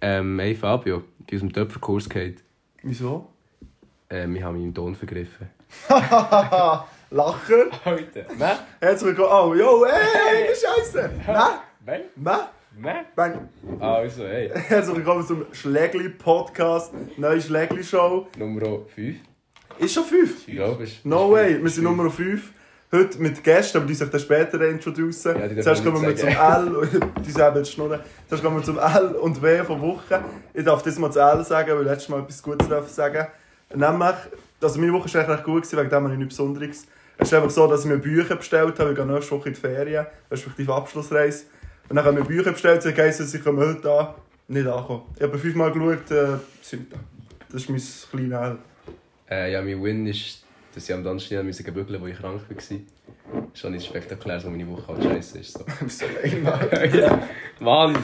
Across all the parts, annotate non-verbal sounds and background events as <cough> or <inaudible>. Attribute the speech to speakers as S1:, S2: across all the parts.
S1: Ähm, hey Fabio, bei unserem Töpferkurs geht.
S2: <laughs> Wieso?
S1: Ähm, ich habe meinen Ton vergriffen.
S2: Lacher.
S3: Heute. Ne?
S2: Herzlich willkommen. Oh, yo, ey, Scheiße. Na?
S3: Wenn?
S2: Na?
S3: Ne?
S2: Bang.
S3: Also, Ah, hey.
S2: Herzlich willkommen zum Schlägli-Podcast, neue Schlägli-Show.
S3: Nummer 5.
S2: Ist schon fünf?
S3: Ich glaube es.
S2: No way, wir sind Nummer fünf. Heute mit Gästen, aber die sich dann später introducen.
S3: Ja, die dürfen
S2: Zuerst
S3: wir
S2: kommen wir
S3: nicht
S2: zum L, <laughs> die sagen jetzt schnurren. Zuerst kommen wir zum L und W von Woche. Ich darf das mal zu L sagen, weil ich letztes Mal etwas Gutes darf sagen Nämlich, also meine Woche war eigentlich recht gut, gewesen, wegen dem habe ich nichts Besonderes. Es ist einfach so, dass ich mir Bücher bestellt habe, ich gehe nächste Woche in die Ferien, respektive Abschlussreise. Und dann haben wir Bücher bestellt, sie heissen, sie kommen heute an, nicht ankommen. Ich habe fünfmal geschaut, äh, sind da. Das ist mein kleines L.
S1: Äh, ja, mein Win ist, dass ich am Donnerstag schnell musste bügeln, wo ich krank war. Schon ist spektakulär, so meine Woche halt scheiße ist. So.
S2: <laughs>
S3: <laughs>
S2: Bist du allein, Mann?
S1: Mann!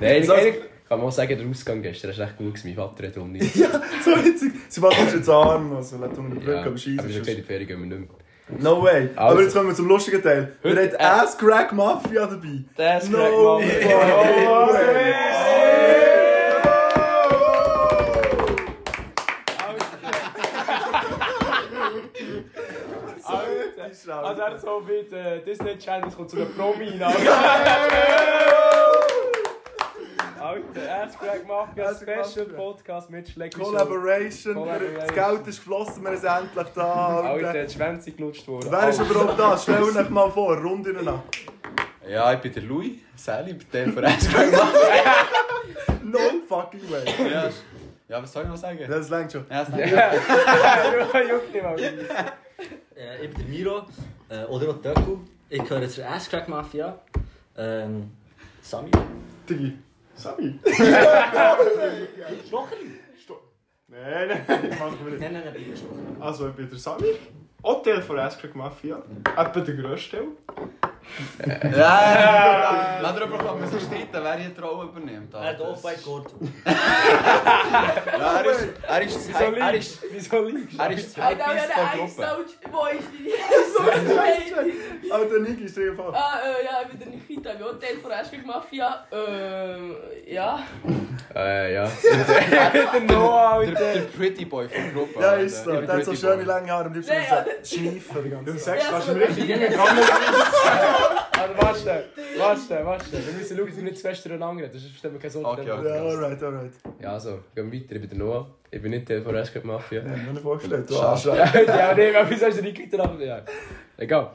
S1: Nein, ich
S2: So-
S1: ich kann man auch sagen, der Ausgang gestern war recht gut. gewesen. Mein Vater hat rum nicht.
S2: <laughs> Ja, so witzig. Sie machen uns jetzt arm, also nicht unter der Brücke,
S1: Ja, Ähm,
S2: aber
S1: aber ich habe schon
S2: scheiße.
S1: gesagt, in die Ferien gehen wir nicht mehr.
S2: No way. Aber
S1: Also.
S2: jetzt kommen wir zum lustigen Teil. Wir
S1: Heute
S2: haben Ass Crack Mafia dabei.
S3: Das
S2: No
S3: kriegt man.
S4: Oh,
S2: way.
S3: Alter. Also, er so mit äh, Disney Channel, es kommt zu einem Promi
S2: <laughs>
S3: hinein. Alter, erst Greg Mafia
S2: Erst Greg
S3: Special
S2: Mafia.
S3: Podcast mit Schläger.
S2: Collaboration. Das Geld ist geflossen, wir sind endlich da. Alter.
S3: Alter, die Schwänze gelutscht worden.
S2: Wer ist
S1: Oh.
S3: Alter.
S2: überhaupt da? Stell euch mal vor, rund ineinander.
S5: Ja, ich bin der Louis, Sally, bei dem von Eisberg.
S2: No fucking way.
S5: ja, ja, was soll ich noch sagen? Ja,
S2: Das längt schon.
S5: das
S3: Ja, juckt nicht mal.
S6: Äh, ich bin der Miro äh, oder auch Döku. Ich gehöre zur Ass-Crack Mafia. Ähm, Sami.
S2: Digi. Sami.
S6: Schlocheli?
S4: Nein, nein, machen wir nicht.
S6: Nein, nein, nein, ich bin
S4: Also, ich bin der Sami. Hotel von Askrak Mafia. Etwa der grösste.
S5: Ja, ja. Lass darüber kommen, es steht, wer hier die Rolle übernimmt.
S6: Er hat
S5: Alter.
S6: off bei Gott.
S5: Ja, er ist, er ist, das Hy- er ist,
S3: Wieso liegst
S5: er ist das
S7: nou
S5: Hypebeast von der Gruppe.
S7: Wo ist die? Sorry.
S2: Alter, Niki ist dir gefallen.
S7: Ah, äh, ja, ich bin der Nikita, ich bin Teil von Ashwick Mafia. Ähm, ja.
S1: Äh,
S3: <laughs>
S1: ja.
S3: du? Noah,
S5: Der,
S3: Alter.
S5: der Pretty Boy von der Gruppe.
S2: Ja,
S5: Alter.
S2: ist so.
S5: Ich bin
S2: Der hat so
S5: Pretty
S2: schöne
S5: Boy.
S2: lange Haare, am liebsten
S7: Nee,
S2: würde ich sagen, schniefen die ganze
S4: Im
S2: Zeit.
S4: Sex
S7: Ja,
S4: kannst
S7: so
S4: du mir
S7: <laughs>
S4: richtig
S6: Jene
S3: Also, warte, schnell, warte, schnell, warte. schnell. Wir müssen schauen, dass wir nicht zu fest aneinander reden. Sonst verstehen wir keinen Sinn.
S5: Okay, okay.
S2: Ja, alright, alright.
S1: Ja, also, gehen wir weiter. Ich bin der Noah. Ich bin nicht der von Rescue Mafia.
S2: Ja, mir nicht vorgestellt. Du
S5: Schade.
S2: Arschloch.
S3: <laughs> Ja, nee, aber wieso hast du nicht getan? Ja.
S1: Egal.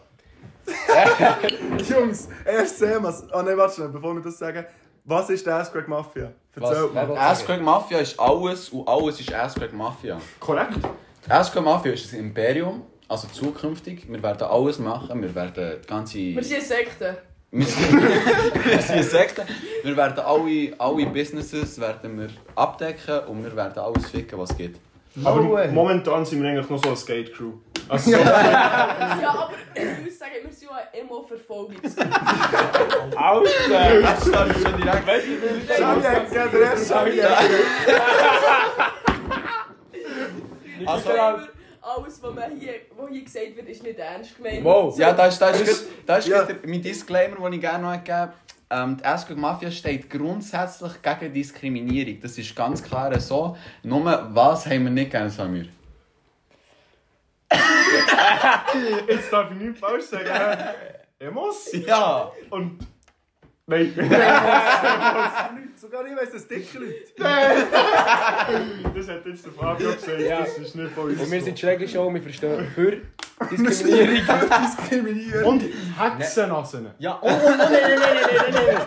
S2: Jungs, erst sehen wir's. Ah, nein, warte schnell, bevor wir das sagen. Was ist die Ass-Crack Mafia? Erzähl
S1: Was?
S2: mal.
S1: Wer will sagen?
S5: Eisberg Mafia ist alles und alles ist Eisberg Mafia.
S4: korrekt.
S5: Eisberg Mafia ist ein Imperium, also zukünftig. Wir werden alles machen, wir werden die ganze...
S7: Wir sind eine Sekte.
S5: Wir sind eine Sekte. Wir werden alle, alle Businesses werden wir abdecken und wir werden alles ficken, was es gibt.
S4: Aber
S2: way.
S4: momentan sind wir eigentlich noch so eine Skate-Crew. Also, so,
S7: Ja, aber ich muss sagen, wir sind ja eine Emo-Verfolgung.
S3: Alter!
S5: Das ist schon direkt.
S3: Weißt du, wie
S2: Schau,
S3: du
S2: Jack, ja, der erste Schau, Jack.
S5: Also-
S7: Aber Alles, was man hier, was hier gesagt wird, ist nicht ernst gemeint.
S3: Wow.
S5: Ja, das ist, das ist, gut- das ist
S2: Ja.
S5: gut der- mein Disclaimer, den ich gerne noch gebe. Ähm, die Escog Mafia steht grundsätzlich gegen Diskriminierung. Das ist ganz klar so. Nur, was haben wir nicht gerne, Samir?
S4: jetzt darf ich nichts
S5: <laughs>
S4: falsch sagen. hä? Emos?
S5: Ja!
S4: Und. Nein,
S2: Sogar ich weiss, das dicke Leute.
S4: das hat jetzt der Fabio gesagt.
S3: Ja.
S4: Das ist nicht von uns.
S3: Und wir
S4: so.
S3: sind schräg schon, wir verstehen <laughs> für
S2: Wir sind
S3: Diskriminierung.
S2: nicht diskriminiert.
S4: Und Hexennasen.
S6: Ja, oh, oh, oh, nein, nein, nein, nein, nein,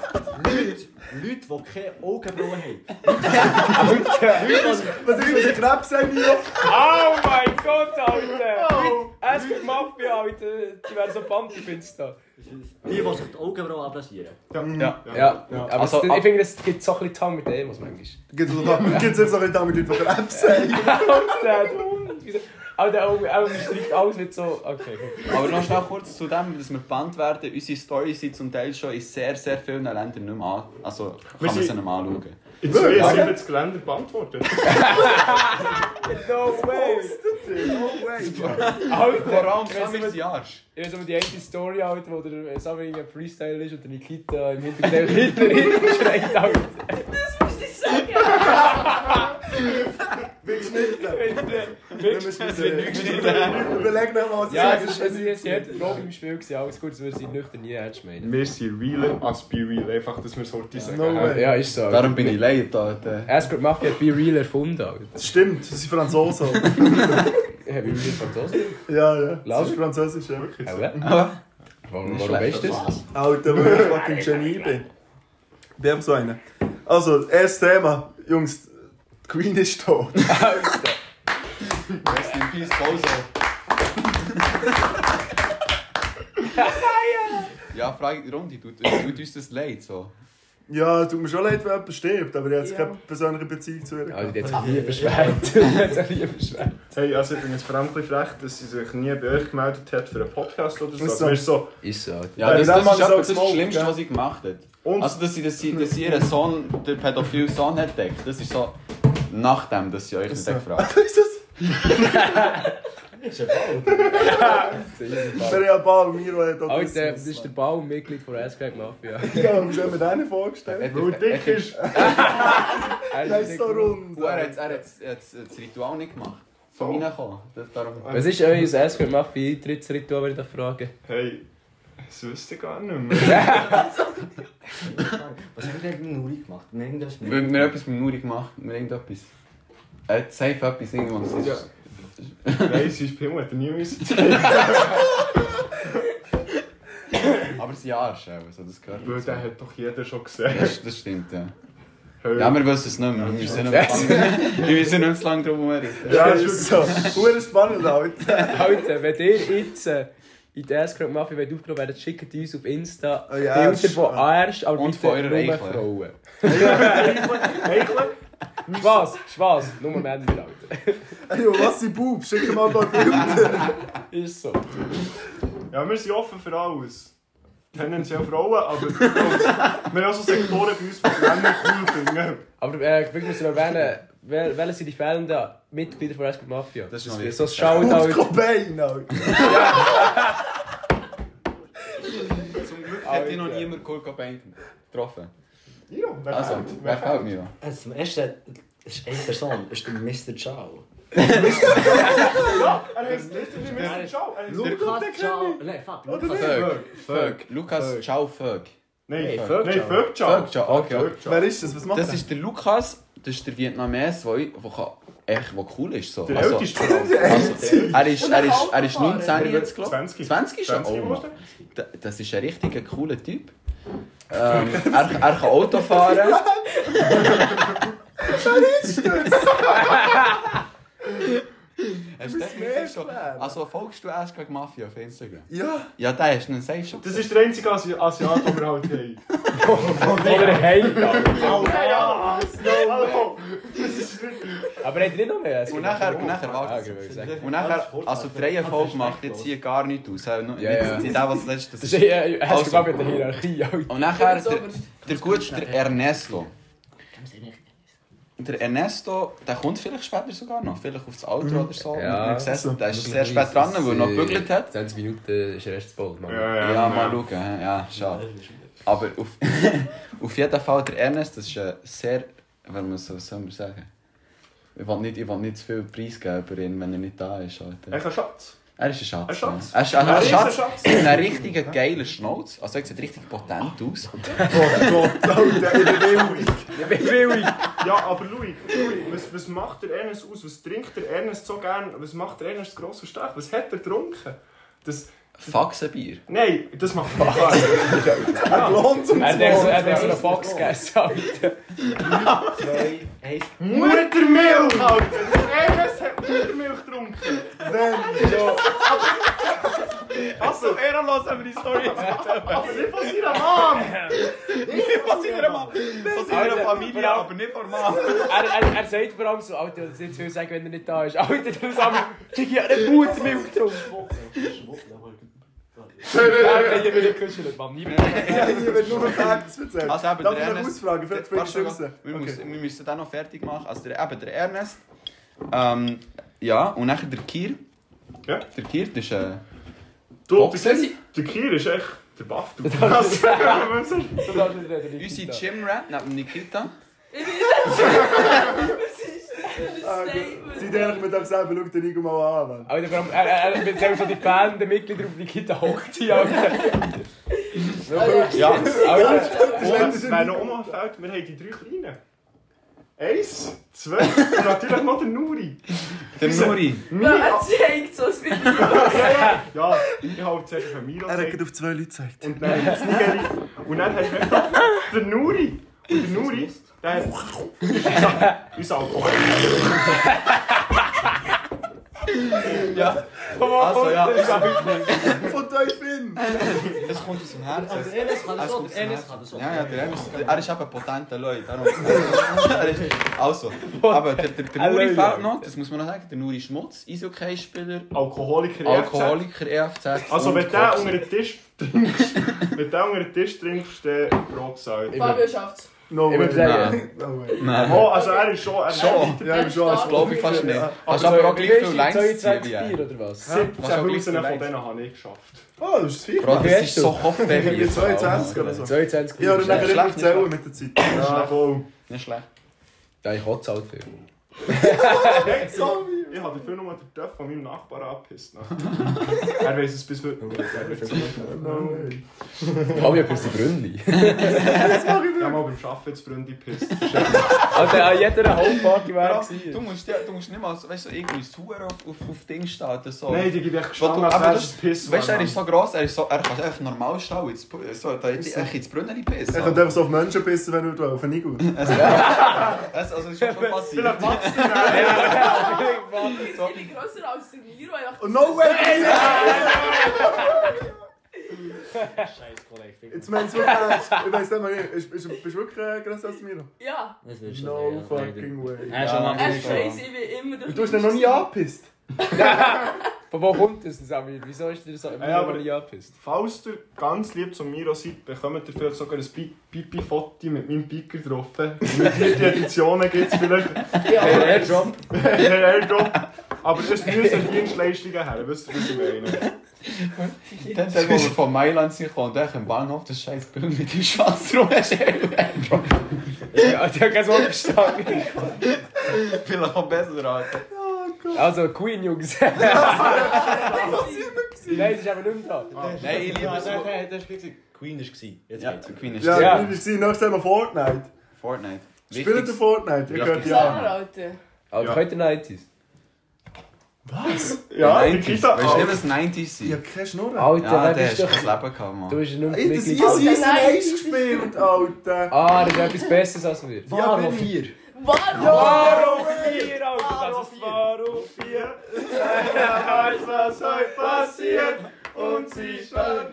S6: nein. Leute, Leute, die keine Augenbrauen haben.
S2: Was ist mit dem Krebs, sein Mio?
S3: Oh mein Gott, Alter! Es gibt Mafia, Alter! Die wären so Panty, findest du da.
S6: Die, die sich die Augenbrauen abrasieren.
S5: Ja.
S1: Ja, aber
S5: Also,
S1: es-
S5: ab-
S1: ich finde, es gibt so ein bisschen Tang mit Demos manchmal.
S2: Gibt's jetzt auch nicht damit Leute, die Krebs haben?
S3: <laughs> Alter, du Hund, wieso- Aber der Augen, Augen streicht alles mit so. Okay, gut.
S5: Aber noch schnell kurz zu dem, dass wir gebannt werden. Unsere Storys sind zum Teil schon in sehr, sehr vielen Ländern nicht mehr an. Also, kann
S4: Wir
S5: man sie
S4: sind-
S5: nicht mehr anschauen.
S4: Jetzt sind wir jetzt Geländer beantwortet.
S3: No way!
S2: No way.
S3: Alter!
S5: Vor allem,
S3: weiss
S5: Samir
S3: nicht,
S5: ist Arsch.
S3: Ich weiß aber die einzige Story, Alter, wo der äh, Samir irgendwie ein <laughs> Freestyle ist und der Nikita im Hintergrund Hitler hinschreit, Alter.
S7: Dus Das musst du sagen.
S8: Wirklich, es wird nichts schneiden.
S2: Überleg noch mal, was
S8: Ja,
S2: ich
S8: es ist,
S2: sage.
S8: es ist, sie hat Rob im Spiel gewesen, alles gut, es würde sie nüchtern nie ernst meinen.
S4: Wir sind realer als Be Real, einfach, dass wir Sorti sagen.
S2: No way.
S3: Ja, ist so.
S5: Darum bin ich leid, Alter.
S3: Escort Mafia hat Be Real erfunden, Alter.
S2: Das stimmt, das sind Franzosen.
S3: Ja, Be Real Franzosen?
S2: ja, ja. Das
S3: Lauf.
S2: ist Französisch, ja.
S3: Warum,
S5: Aber
S3: warum weißt du das?
S2: Alter, weil ich fucking Genie bin. Ich bin einfach so einer. Also, erstes Thema. Jungs, die Queen ist tot.
S5: Rest in Peace, Bozo. <laughs> Ja, frage die Runde, tut, tut uns das leid so.
S2: Ja, tut mir schon leid, wenn jemand stirbt, aber ich habe
S7: Ja.
S2: keine persönliche Beziehung zu ihr.
S3: Also, die hat sich nie <laughs> beschwert. Die hat sich nie beschwert.
S4: Hey, also ich bin jetzt vor allem ein bisschen frech, dass sie sich nie bei euch gemeldet hat für einen Podcast oder so.
S2: Ist so.
S4: Aber ist so,
S3: Ist so.
S5: Ja,
S2: Ja,
S5: das,
S2: dann
S5: das,
S2: mal
S5: ist,
S2: so
S5: etwas, das, ist das
S2: gesmoked,
S5: Schlimmste,
S2: gell?
S5: was sie gemacht hat.
S4: Und-
S5: Also, dass sie, dass sie, dass sie ihren Sohn, den pädophilen Sohn, hat entdeckt. Das ist so, nachdem, dass sie euch nicht
S2: Was
S5: gefragt
S2: ist das?
S6: Ist ja bald.
S2: Wäre ja Paul Miro hat auch
S3: Alter, das ist der Baumitglied von Escort Mafia.
S2: <laughs> Ja, und ich habe mir den vorgestellt.
S5: hat.
S4: weil dick ist.
S2: Der ist so rund.
S5: Er hat, er hat, er hat das Ritual nicht gemacht. Von oh. reinkommen. Das- Darum.
S3: Was ist euer Escort Mafia Eintrittsritual, wenn ich das frage?
S4: Hey, das wüsste ich gar nicht mehr.
S6: Was haben wir denn mit Nuri gemacht? Wir haben das
S5: Wir, wir haben etwas mit Nuri gemacht. Wir haben irgendetwas. Er hat safe etwas irgendwann gesagt.
S4: Ja. Nein, sie ist Pimmel, hat er nie müssen.
S5: Aber sie Arsch, also, das gehört
S4: Weil
S5: dazu.
S4: den hat doch jeder schon gesehen.
S5: das, das stimmt, ja.
S4: Hey.
S5: Ja, wir wissen es nicht mehr. Wir sind nicht- wir sind nicht so lange <laughs> drum herum.
S2: Ja, ist so. Hure spannend, Alter.
S3: Alter, wenn ihr jetzt äh, in der Escort Mafia wollt aufgenommen werdet, schickt uns auf Insta
S2: Oh ja,
S3: Bilder von
S2: ja.
S3: Arsch, aber
S5: Und
S3: bitte
S5: von eurer
S3: nur
S5: Eichel.
S3: Frauen.
S2: <laughs>
S4: Eigentlich?
S3: Spaß, Spaß, nur Männer, Alter.
S2: Ey, was sind Bub? Schick mal ein paar Bilder.
S3: Ist so.
S4: Ja, wir sind offen für alles. Tendenziell Frauen, aber wir haben auch so Sektoren bei uns, die Männer cool finden.
S3: Aber äh, wirklich müssen wir erwähnen, wel, welche sind die fehlenden Mitglieder von Escort Mafia?
S5: Das ist
S3: Dass
S5: noch
S3: wir so ein Shoutout.
S2: Cobain, Alter.
S5: Zum Glück hat dich noch niemand Kurt Cobain getroffen.
S4: Ja, wer
S5: Also,
S4: fällt?
S5: wer
S4: Wer
S5: fällt
S4: fällt?
S5: mir noch?
S6: Also zum ersten, das ist eine Person, das ist der Mr. Chow.
S4: Er heißt nicht, wir müssen schauen. Er heißt-
S6: Lukas Chow. Nein, fuck.
S4: Oder
S6: Lukas-
S4: nicht?
S5: Fuck,
S4: Fuck.
S5: fuck. Lukas, ciao, fuck.
S4: Nein,
S6: Hey,
S4: Fuck.
S6: Fuck
S4: Nein,
S6: Chow.
S4: Fuck Chow.
S5: Fuck, ciao, okay. okay.
S4: Fuck Chow.
S2: Wer ist das? Was macht
S5: Das
S2: er?
S5: ist der Lukas, das ist der Vietnames, der wo kann, echt wo cool ist. So.
S4: Der
S5: Also,
S4: älteste Chow.
S5: also, er, ist, er, ist, er ist 19
S4: Er
S5: jetzt,
S4: wird
S5: glaube
S4: 20.
S5: 20 schon?
S4: 20
S5: Oh, Mann.
S4: geworden?
S5: ich. D- Das ist ein richtiger cooler Typ. Ähm, er, er kann Auto fahren.
S3: <laughs>
S5: Hast du
S2: musst mir
S5: definitiv schon-
S2: erklären.
S5: Also folgst du erst gegen Mafia auf Instagram?
S2: Ja,
S5: Ja, der ist ein Safe schon.
S4: Das ist der einzige Asi Asiat, den wir halt haben.
S3: Oder hey, Alter.
S4: Ja, no Das ist wirklich...
S3: Aber hätte nicht noch mehr Escort
S5: Und nachher, und nachher,
S3: Ah,
S5: warte.
S3: okay, würde ich sagen.
S5: Und nachher, also drei Erfolge macht jetzt hier gar nichts aus. Ja,
S3: Ja, ja.
S5: ja. Nicht das, was letztes
S3: Das ist eh äh, Escort
S5: Also.
S3: Mafia in der Hierarchie, Alter.
S5: Und nachher
S7: Jetzt
S5: der,
S7: <laughs> aber-
S5: der gute der Ernesto. Der Ernesto, der kommt vielleicht später sogar noch, vielleicht auf das Auto oder so.
S3: Ja.
S5: Ja, gesessen, der ist sehr spät dran, weil er noch gebügelt hat.
S3: 20 Minuten ist er erst zu bald, Mann.
S5: Ja, mal schauen, hä? ja, schade. Aber auf, auf <laughs> jeden Fall, der Ernest, das ist ein sehr, wenn man so soll man sagen. Ich will, nicht, ich will nicht zu viel preisgeben über ihn, wenn er nicht da ist. Alter.
S4: Ich habe Schatz.
S5: Er ist ein Schatz.
S4: Ein Schatz.
S5: ja. Er ist ein, ein,
S4: Ein riesen
S5: Schatz.
S4: Schatz.
S5: Ein richtiger geiler Schnauz. Also, er sieht richtig potent aus.
S2: oh Gott, Alter, ich bin willig.
S4: Ja, aber Louis, Louis was, was macht der Ernest aus? Was trinkt der Ernest so gern? Was macht der Ernest gross und stark? Was hat er getrunken? Das,
S5: Faxenbier.
S4: nein, das macht <laughs> man nicht.
S2: Er lohnt zum
S3: Er hat echt so- er hat
S2: Zwang.
S3: echt so einen Fox gegessen, Alter.
S6: Zwei, eins.
S4: Muttermilch, Alter! Der Ernest hat Muttermilch getrunken.
S8: Achso, ehrenlos haben wir die Story erzählt.
S4: Aber nicht von seiner Mom!
S8: Von seiner Mama. Von seiner Familie, aber nicht von Mama.
S3: <laughs> Er, er, er sagt vor allem so, Alter, das ist jetzt viel sagen, wenn er nicht da ist. Alter, du sagst, Digga, er hat
S8: <laughs>
S3: Muttermilch getrunken. Alter, hier will ich kuscheln, Mann. Niemand
S2: Ich will nur noch Facts erzählen.
S5: Also eben,
S2: Darf ich
S5: der
S2: noch
S5: Ernest-
S2: ausfragen? Vielleicht willst
S5: Warte,
S2: du es
S5: warte,
S2: wissen.
S5: Wir, müssen, wir müssen den noch fertig machen. Also der, eben der Ernest. Ähm, ja, und nachher der Kier.
S4: Ja.
S5: Der Kier das ist äh, ein
S4: Du,
S5: Boxer.
S4: der, der Kier ist echt der Buff,
S5: <laughs>
S4: du. <laughs> Was? Oh,
S3: darf nicht reden.
S5: Unsere Gym-Rat neben Nikita.
S2: Ah,
S7: Das ist ein Statement.
S2: seid ehrlich mit euch selber, schaut den Nico mal
S3: <laughs>
S2: an. Mann.
S3: Alter, vor allem, er, er, er erzählt so die Band, die Mitglieder auf die Gitarre hockt, die, Alter.
S7: Ah,
S5: Ja,
S3: Alter.
S4: Und wenn noch Oma fehlt, wir haben die drei Kleinen. Eins, zwei und natürlich noch der Nuri.
S5: der Nuri.
S7: Er zeigt so ein Video.
S4: <laughs> Ja, ich habe zuerst auf Milo
S2: Er hat
S4: gezeigt
S2: gerade auf zwei Leute gezeigt.
S4: und dann das Nigeri. Und dann hast du wirklich gedacht, der Nuri. Und der Nuri, der hat unser Alkohol.
S5: Also ja,
S2: Von euch Finn!
S5: es kommt aus dem Herzen. Es
S6: Enes kann das
S5: kommt
S6: auch.
S5: aus dem
S6: Enes kann das
S5: Herzen.
S6: auch.
S5: Ja, ja, der Ernest, er ist eben ein potenter Leute. Also, aber der, der, der Nuri fehlt noch, das muss man noch sagen. Der Nuri Schmutz, Eishockey-Spieler,
S4: Alkoholiker.
S5: Alkoholiker, EFZ.
S4: Also,
S5: und
S4: wenn du
S5: Koks.
S4: unter den Tisch trinkst, wenn du unter den Tisch trinkst, dann brauchst du halt.
S7: Fabio <laughs> schafft's.
S2: No
S3: Ich würde
S2: way.
S3: sagen,
S2: <laughs> No way.
S5: Nein,
S4: Oh, also er ist schon. Er
S5: schon.
S2: Ja, ich bin schon als
S5: Glaube ich fast nicht.
S2: Ja.
S5: Hast aber auch gleich viel Lines ziehen wie er.
S3: 22 oder was?
S4: 17 von denen habe ich geschafft.
S2: Oh, das ist viel.
S5: Bro,
S3: Wie
S5: das
S3: hast
S5: ist
S3: du?
S5: so <laughs> Kopfweh
S2: Ich bin
S5: hier.
S2: 22 oder so.
S3: 22
S2: Ja, dann
S5: Ja,
S2: nachher immer
S5: schlecht,
S2: erzählen mit der Zeit.
S4: Ja, voll.
S5: Nicht schlecht.
S1: Da ich auch
S5: halt
S1: zahlt viel.
S4: Hey, ich, ich habe dafür nochmal den Dörf von meinem Nachbarn abgepisst. ne? er weiß es bis heute noch nicht. Er weiß es nicht.
S2: No way.
S1: Fabio für sein Brünnli.
S4: Ich habe mal beim Arbeiten jetzt Brünn gepisst.
S3: Alter, an Ah, jeder Homeparty wäre
S5: Bro,
S3: gewesen.
S5: du musst, dir- du musst nicht mal so, weißt du, so irgendwie sauer auf, auf, auf Ding starten. So.
S4: Nein, die gebe ich
S5: Wo
S4: gestanden,
S5: du-
S4: als
S5: aber
S4: wäre
S5: das-
S4: es Piss.
S5: Weißt du, er ist so gross, er, ist so, er kann einfach normal schauen, ins, Br- äh, so, da hätte ich echt ins Brünneli
S2: Ich
S5: pissen.
S2: könnte einfach so auf Menschen pissen, wenn du willst, auf einen Nico.
S5: Das, <laughs> also, das ist schon passiert. <laughs>
S4: Vielleicht magst du ihn auch.
S7: Ich bin grösser als der Miro. ich dachte,
S2: Oh, No way!
S6: Scheiß Kollege, fick
S2: Jetzt meinst du wirklich, ich weiss nicht mal, ist- ist- bist du wirklich äh, grösser als mir?
S7: Ja,
S6: Das willst du
S2: No
S6: nicht, ja.
S2: fucking way.
S6: Er ist schon mal
S7: er ist crazy, wie immer.
S2: Du hast ihn noch nie angepisst.
S3: Von wo kommt das denn, Samir? Wieso ist dir so immer
S4: Ja, aber-
S3: noch nie angepisst?
S4: Falls ihr ganz lieb zu Miro seid, bekommt ihr vielleicht sogar ein Pi- Pipi-Foto mit meinem Piker drauf. <laughs> Mit vier Editionen gibt es vielleicht <laughs>
S3: Airdrop.
S4: einen Airdrop. Aber es müssen Dienstleistungen her, wisst ihr, was ich meine?
S5: Dann, dann, wo wir von Mailand sind, kam der im Bahnhof das scheiß Bild mit dem Schwanz drum. hast du irgendwann-
S3: Ja, der hat kein Wort verstanden.
S5: Vielleicht noch besser raten.
S3: Also, Queen, Jungs. Nein, es ist aber nicht mehr da.
S5: Nein, ich liebe es. wo-
S6: das war Queen war gewesen. Jetzt
S5: Ja,
S6: geht's.
S5: Queen ist
S2: Ja,
S3: Ja.
S2: wir sind noch zusammen Fortnite.
S5: Fortnite.
S2: Spielt ihr
S5: Wichtig.
S2: Fortnite? Ihr
S5: Ja.
S2: könnt ja.
S7: Sommer, Alter.
S1: Aber
S4: Ja.
S1: heute noch etwas.
S4: Ja, die
S5: 90s.
S4: Kita.
S5: Weißt du nicht, was 90s
S2: Ich
S5: sind?
S2: hab keine Schnurren.
S3: Alter,
S5: Ja,
S3: ja,
S5: der
S3: das
S5: hast
S3: ist
S5: du
S3: doch...
S5: das Leben
S3: Du
S5: gehabt, Mann.
S3: bist ja nicht
S2: Ey, das
S3: Mitglied.
S2: Easy Season
S7: Alter, nein.
S2: 1 gespielt, Alter.
S3: Ah, das ist etwas Besseres als wir.
S2: Ja, bin ich.
S7: Warum?
S3: Varo 4, Alter, das ist Varo.
S4: weiß, was heute passiert und sie schaut.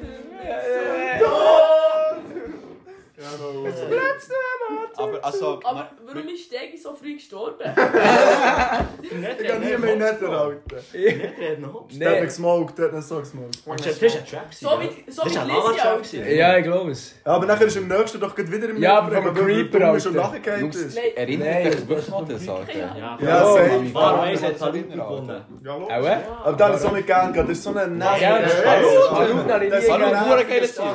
S5: Aber also,
S7: Aber warum ist Stegi so früh gestorben?
S2: Ich kann nie mehr in Netter, Alter.
S6: Nicht reden, Hops.
S2: Der hat
S3: Nein.
S2: mich gesmoked, der hat ihn so gesmoked.
S6: Das ist ein Trap. gewesen,
S7: So
S6: ja.
S7: wie, so
S6: Das
S7: wie
S6: ist ein
S7: Lissi,
S6: Lava-Trap.
S7: Alter.
S6: gewesen.
S3: Ja, ich glaube es.
S2: Ja, aber nachher ist im nächsten doch grad wieder im
S3: Ja, aber
S2: Mittelfeld,
S3: vom
S2: weil
S3: Creeper,
S2: der Dumme schon
S3: Alter.
S2: nachgegangen ist.
S7: Nein,
S5: erinnert dich wirklich noch an das, Alter?
S6: Ja,
S2: Ja,
S3: Oh,
S2: safe.
S5: Mann.
S6: Warum ist jetzt Salut gewonnen?
S4: Ja, los.
S3: Auch? äh?
S2: Aber da habe ich so nicht gern gehabt, das ist so eine Nerv.
S3: Ja, das ist
S2: Hey,
S3: Salut habe ich nie
S2: Das war
S3: gegeben.
S2: nur-
S5: Hallo, geiles Ziel.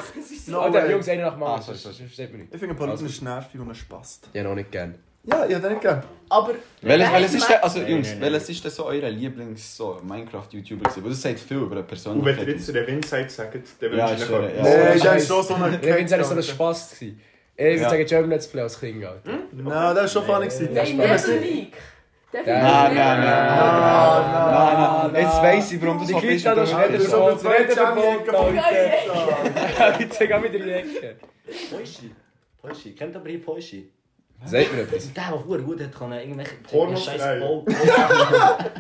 S2: no
S3: Alter,
S2: way.
S3: Jungs, einer nach dem
S5: Ah,
S3: anderen.
S5: sorry, sorry.
S3: Das versteht man nicht.
S2: Ich finde Paluten ist nervig und es passt.
S1: Ja, noch nicht gern.
S2: Oh, Ja, ich hab den nicht gern.
S7: aber...
S5: Welches,
S7: Nein,
S5: welches ist
S7: Mann.
S5: denn, also Jungs, welches ist denn so euer Lieblings so Minecraft-YouTuber gewesen? Weil das sagt viel über eine
S4: Und wenn ihr
S5: Persönlichkeit.
S4: jetzt den Windside sagt, dann
S5: Ja,
S4: wünsche ich
S5: ist
S4: euch
S5: schon,
S4: etwas.
S5: ja.
S2: Nein,
S3: Scheiß.
S2: der ist schon so <laughs> eine
S3: Ich finde, es war so ein
S2: Alter.
S3: Spaß. gewesen. Ich würde
S5: Ja.
S3: sagen, German Let's Play als Kind, Alter. <laughs>
S2: Nein, der ist schon funny gewesen.
S7: Nein, Never League. Der findet
S5: Nein, nein, nein,
S7: Never League.
S5: nein, nein, nein, nein, jetzt weiss ich, warum das
S3: Die
S5: so
S3: Kita, das
S5: aber-
S3: ist nicht der Sport.
S2: Das
S3: Reden
S2: ist aber
S3: verboten, Alter.
S2: Alter.
S3: Jetzt geh wieder in die Ecke.
S6: Poishi. Poishi. Kennt aber hier Poishi?
S1: Sagt mir etwas.
S6: Der, der verdammt gut hat, kann irgendwelche...
S4: Pornos frei.
S2: <laughs>
S6: scheiß Bau...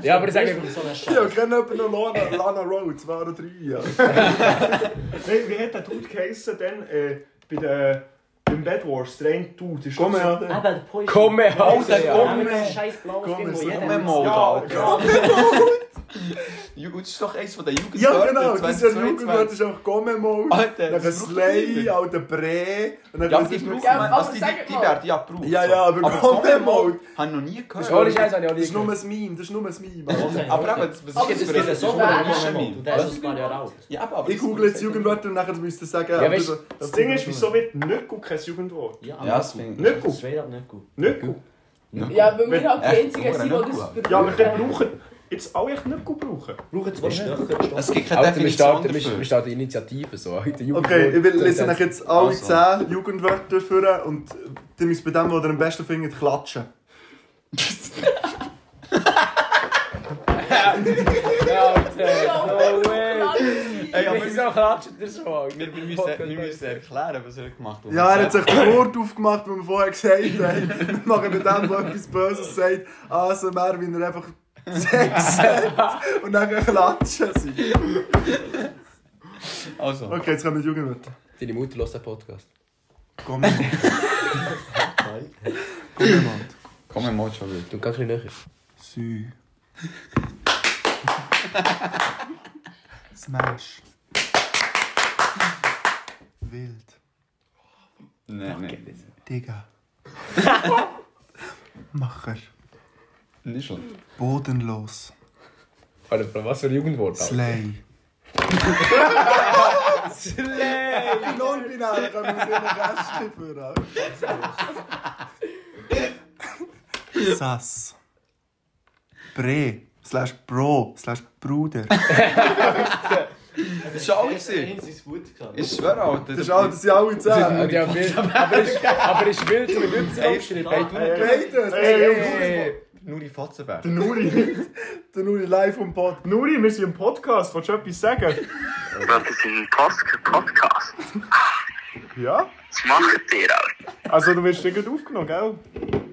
S3: Ja, aber sag
S6: Das
S3: ich...
S6: ist so eine
S2: Ja,
S6: Scheiße.
S2: ich kenne jemanden noch Lana, Lana Rhodes, zwei oder drei. Ja.
S4: Nein, wie hat der Dude geheissen dann äh, bei den, beim Bed Wars? Der eine Dude ist
S2: Komm
S4: doch so-
S2: her.
S6: Eben, der Poishi.
S3: Komm her, Alter,
S6: Alter,
S3: ja.
S6: komm her. Scheiß blaues
S2: Komm
S6: Ding, wo
S2: her,
S6: jeder...
S5: Komm mal, Mode,
S4: Ja,
S5: Alter.
S4: ja.
S5: Ju- Das ist doch eins von der Jugend.
S2: Ja, genau, das ist ja Jugendwort, das ist auch Gomemo,
S5: Alter,
S2: dann
S5: das braucht
S2: Slay,
S5: niemand.
S2: alter Bre. Und dann
S5: Ja,
S2: weiss
S5: die
S2: ich
S5: braucht
S7: Ja,
S5: man,
S7: aber
S5: also die,
S7: sag
S5: die
S7: mal.
S5: werden ja gebraucht.
S2: Ja, ja, aber komm
S5: komm
S2: mal.
S5: mal, Habe ich noch nie gehört.
S3: Ohne Scheiß habe ich auch
S2: Das
S3: nie
S2: ist nur
S3: gehört.
S2: ein Meme, das ist nur ein Meme. Alter.
S5: Aber eben, was ist jetzt
S7: Aber das
S5: für
S7: ist
S5: ein-
S7: ja
S5: das ist
S7: so
S5: nur ein
S7: ein
S5: Nischenmeme.
S6: Der ist ein paar Jahre alt.
S5: Ja, aber- aber
S2: Ich
S5: das-
S2: google jetzt Jugendwörter und nachher müsst ihr sagen.
S3: Ja, weißt du,
S2: aber-
S4: Das Ding ist, wieso wird Nücku kein Jugendwort?
S6: Ja,
S5: Ja, das finde ich.
S4: Nücku,
S6: Straight up nicht gut.
S4: Nücku.
S7: Ja, weil wir halt die
S5: Echt?
S7: Einzigen
S5: Nur
S7: sind,
S5: nicht
S7: die das
S5: gut.
S4: Ja, aber
S7: brauchen.
S4: dann brauchen jetzt alle echt nicht gut brauchen.
S6: Brauchen zwei Stöcker.
S5: Es gibt keine
S1: Alter, wir
S5: Definition
S1: starten, wir,
S5: dafür.
S1: wir starten Initiativen so, Alter.
S2: Okay, ich will lesen euch jetzt alle
S5: Also.
S2: 10 Jugendwörter führen und ihr müsst bei dem, was ihr am besten findet, klatschen.
S3: Alter, no way.
S5: Ey, aber wir-
S3: Wieso klatscht ihr so?
S5: wir, wir, müssen, wir müssen erklären, was er gemacht hat.
S2: Ja, er hat sich den Wort aufgemacht, den wir vorher gesagt haben. Wir machen mit dem, der etwas Böses sagt, ASMR, wie er einfach Sex sagt und dann klatschen sie.
S5: Also,
S2: Okay, jetzt kommen die Jugendwörter.
S1: Deine Mutter hört den Podcast.
S2: Komm, Mann. Komm, Mann.
S5: komm, wir machen schon wieder.
S1: Du kannst ein bisschen näher.
S2: Sü. Smash. Wild.
S5: Nein, nein.
S2: Digga. Macher.
S5: Nicht schlecht.
S2: Bodenlos.
S1: Alter, Bro, was für ein Jugendwort? Alter?
S2: Slay. Slay! Non-binär kann man sich in den Rest führen. Sass. Bre. Slash Bro. Slash Bruder.
S5: Das war alles. Ich
S6: Eins ist gut gehabt.
S5: schwöre, Alter.
S2: Das ist alles, das sind alle
S1: Ja,
S2: zusammen.
S1: die haben wild- aber ich- Aber ich will zu mir nicht zusammenschreiben. Hey, du-
S2: Beides.
S5: Äh,
S1: Hey.
S5: Nur die Fotzenbär.
S4: Der Nuri,
S2: Der Nuri live vom Pod.
S4: Nuri, wir sind im Podcast, willst du etwas sagen?
S5: <laughs>
S9: Das ist ein Post Podcast.
S4: Ja?
S9: Das macht ihr auch.
S4: Also du wirst nicht aufgenommen, gell?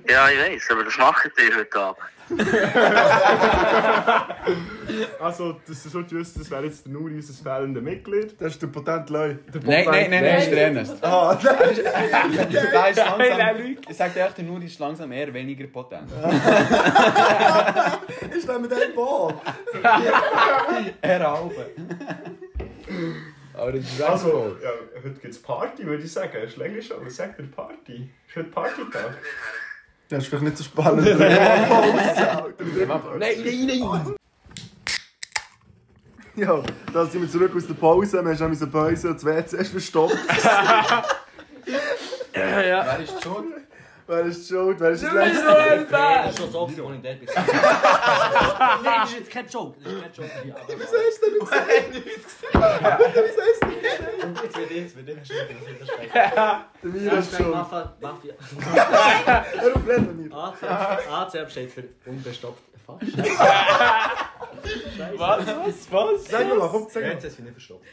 S9: Ja, ich weiß, aber das macht ihr heute Abend.
S4: Also, das ist so gewusst, das wäre jetzt der Nuri, unser fehlendes Mitglied.
S2: Das ist der potente Leu.
S5: Nein, nein, nein, nein, ist der Ernest.
S2: Ah, nein.
S5: Der
S3: Nein,
S5: ist langsam.
S3: Leute.
S5: Ich sag dir echt, der Nuri ist langsam eher weniger potent.
S2: ist der mit dem Bob?
S5: Er <laughs> halber.
S1: Aber das ist
S4: Also, ja, heute gibt es Party, würde ich sagen. Ist länger schon, was sagt der Party? Ist heute Partytag?
S2: Das ist vielleicht nicht so spannend. <laughs> Nein,
S1: Nein, nein, nein!
S2: <laughs> Ja, da sind wir zurück aus der Pause. Wir haben unsere Pause und das WC ist verstopft.
S5: Wer ist schon?
S2: Wer ist schuld? Wer ist das letzte?
S6: Das
S3: Alter!
S6: ist schon so, als ich nicht da bin. Nein, das ist jetzt kein Joke. Das ist kein Joke. hier, aber-
S2: Hast du nichts gesagt? Hast du nichts gesagt?
S6: Jetzt wird jetzt wird jetzt
S2: Der Mira ist schuld.
S6: Mafia. Mafia.
S2: Hör auf, reden Mira.
S6: AC AC steht für unbestoppt. Fuck.
S3: Was? Was? Was?
S2: Sag mal, komm, sag mal.
S6: Jetzt ist sie nicht verstopft.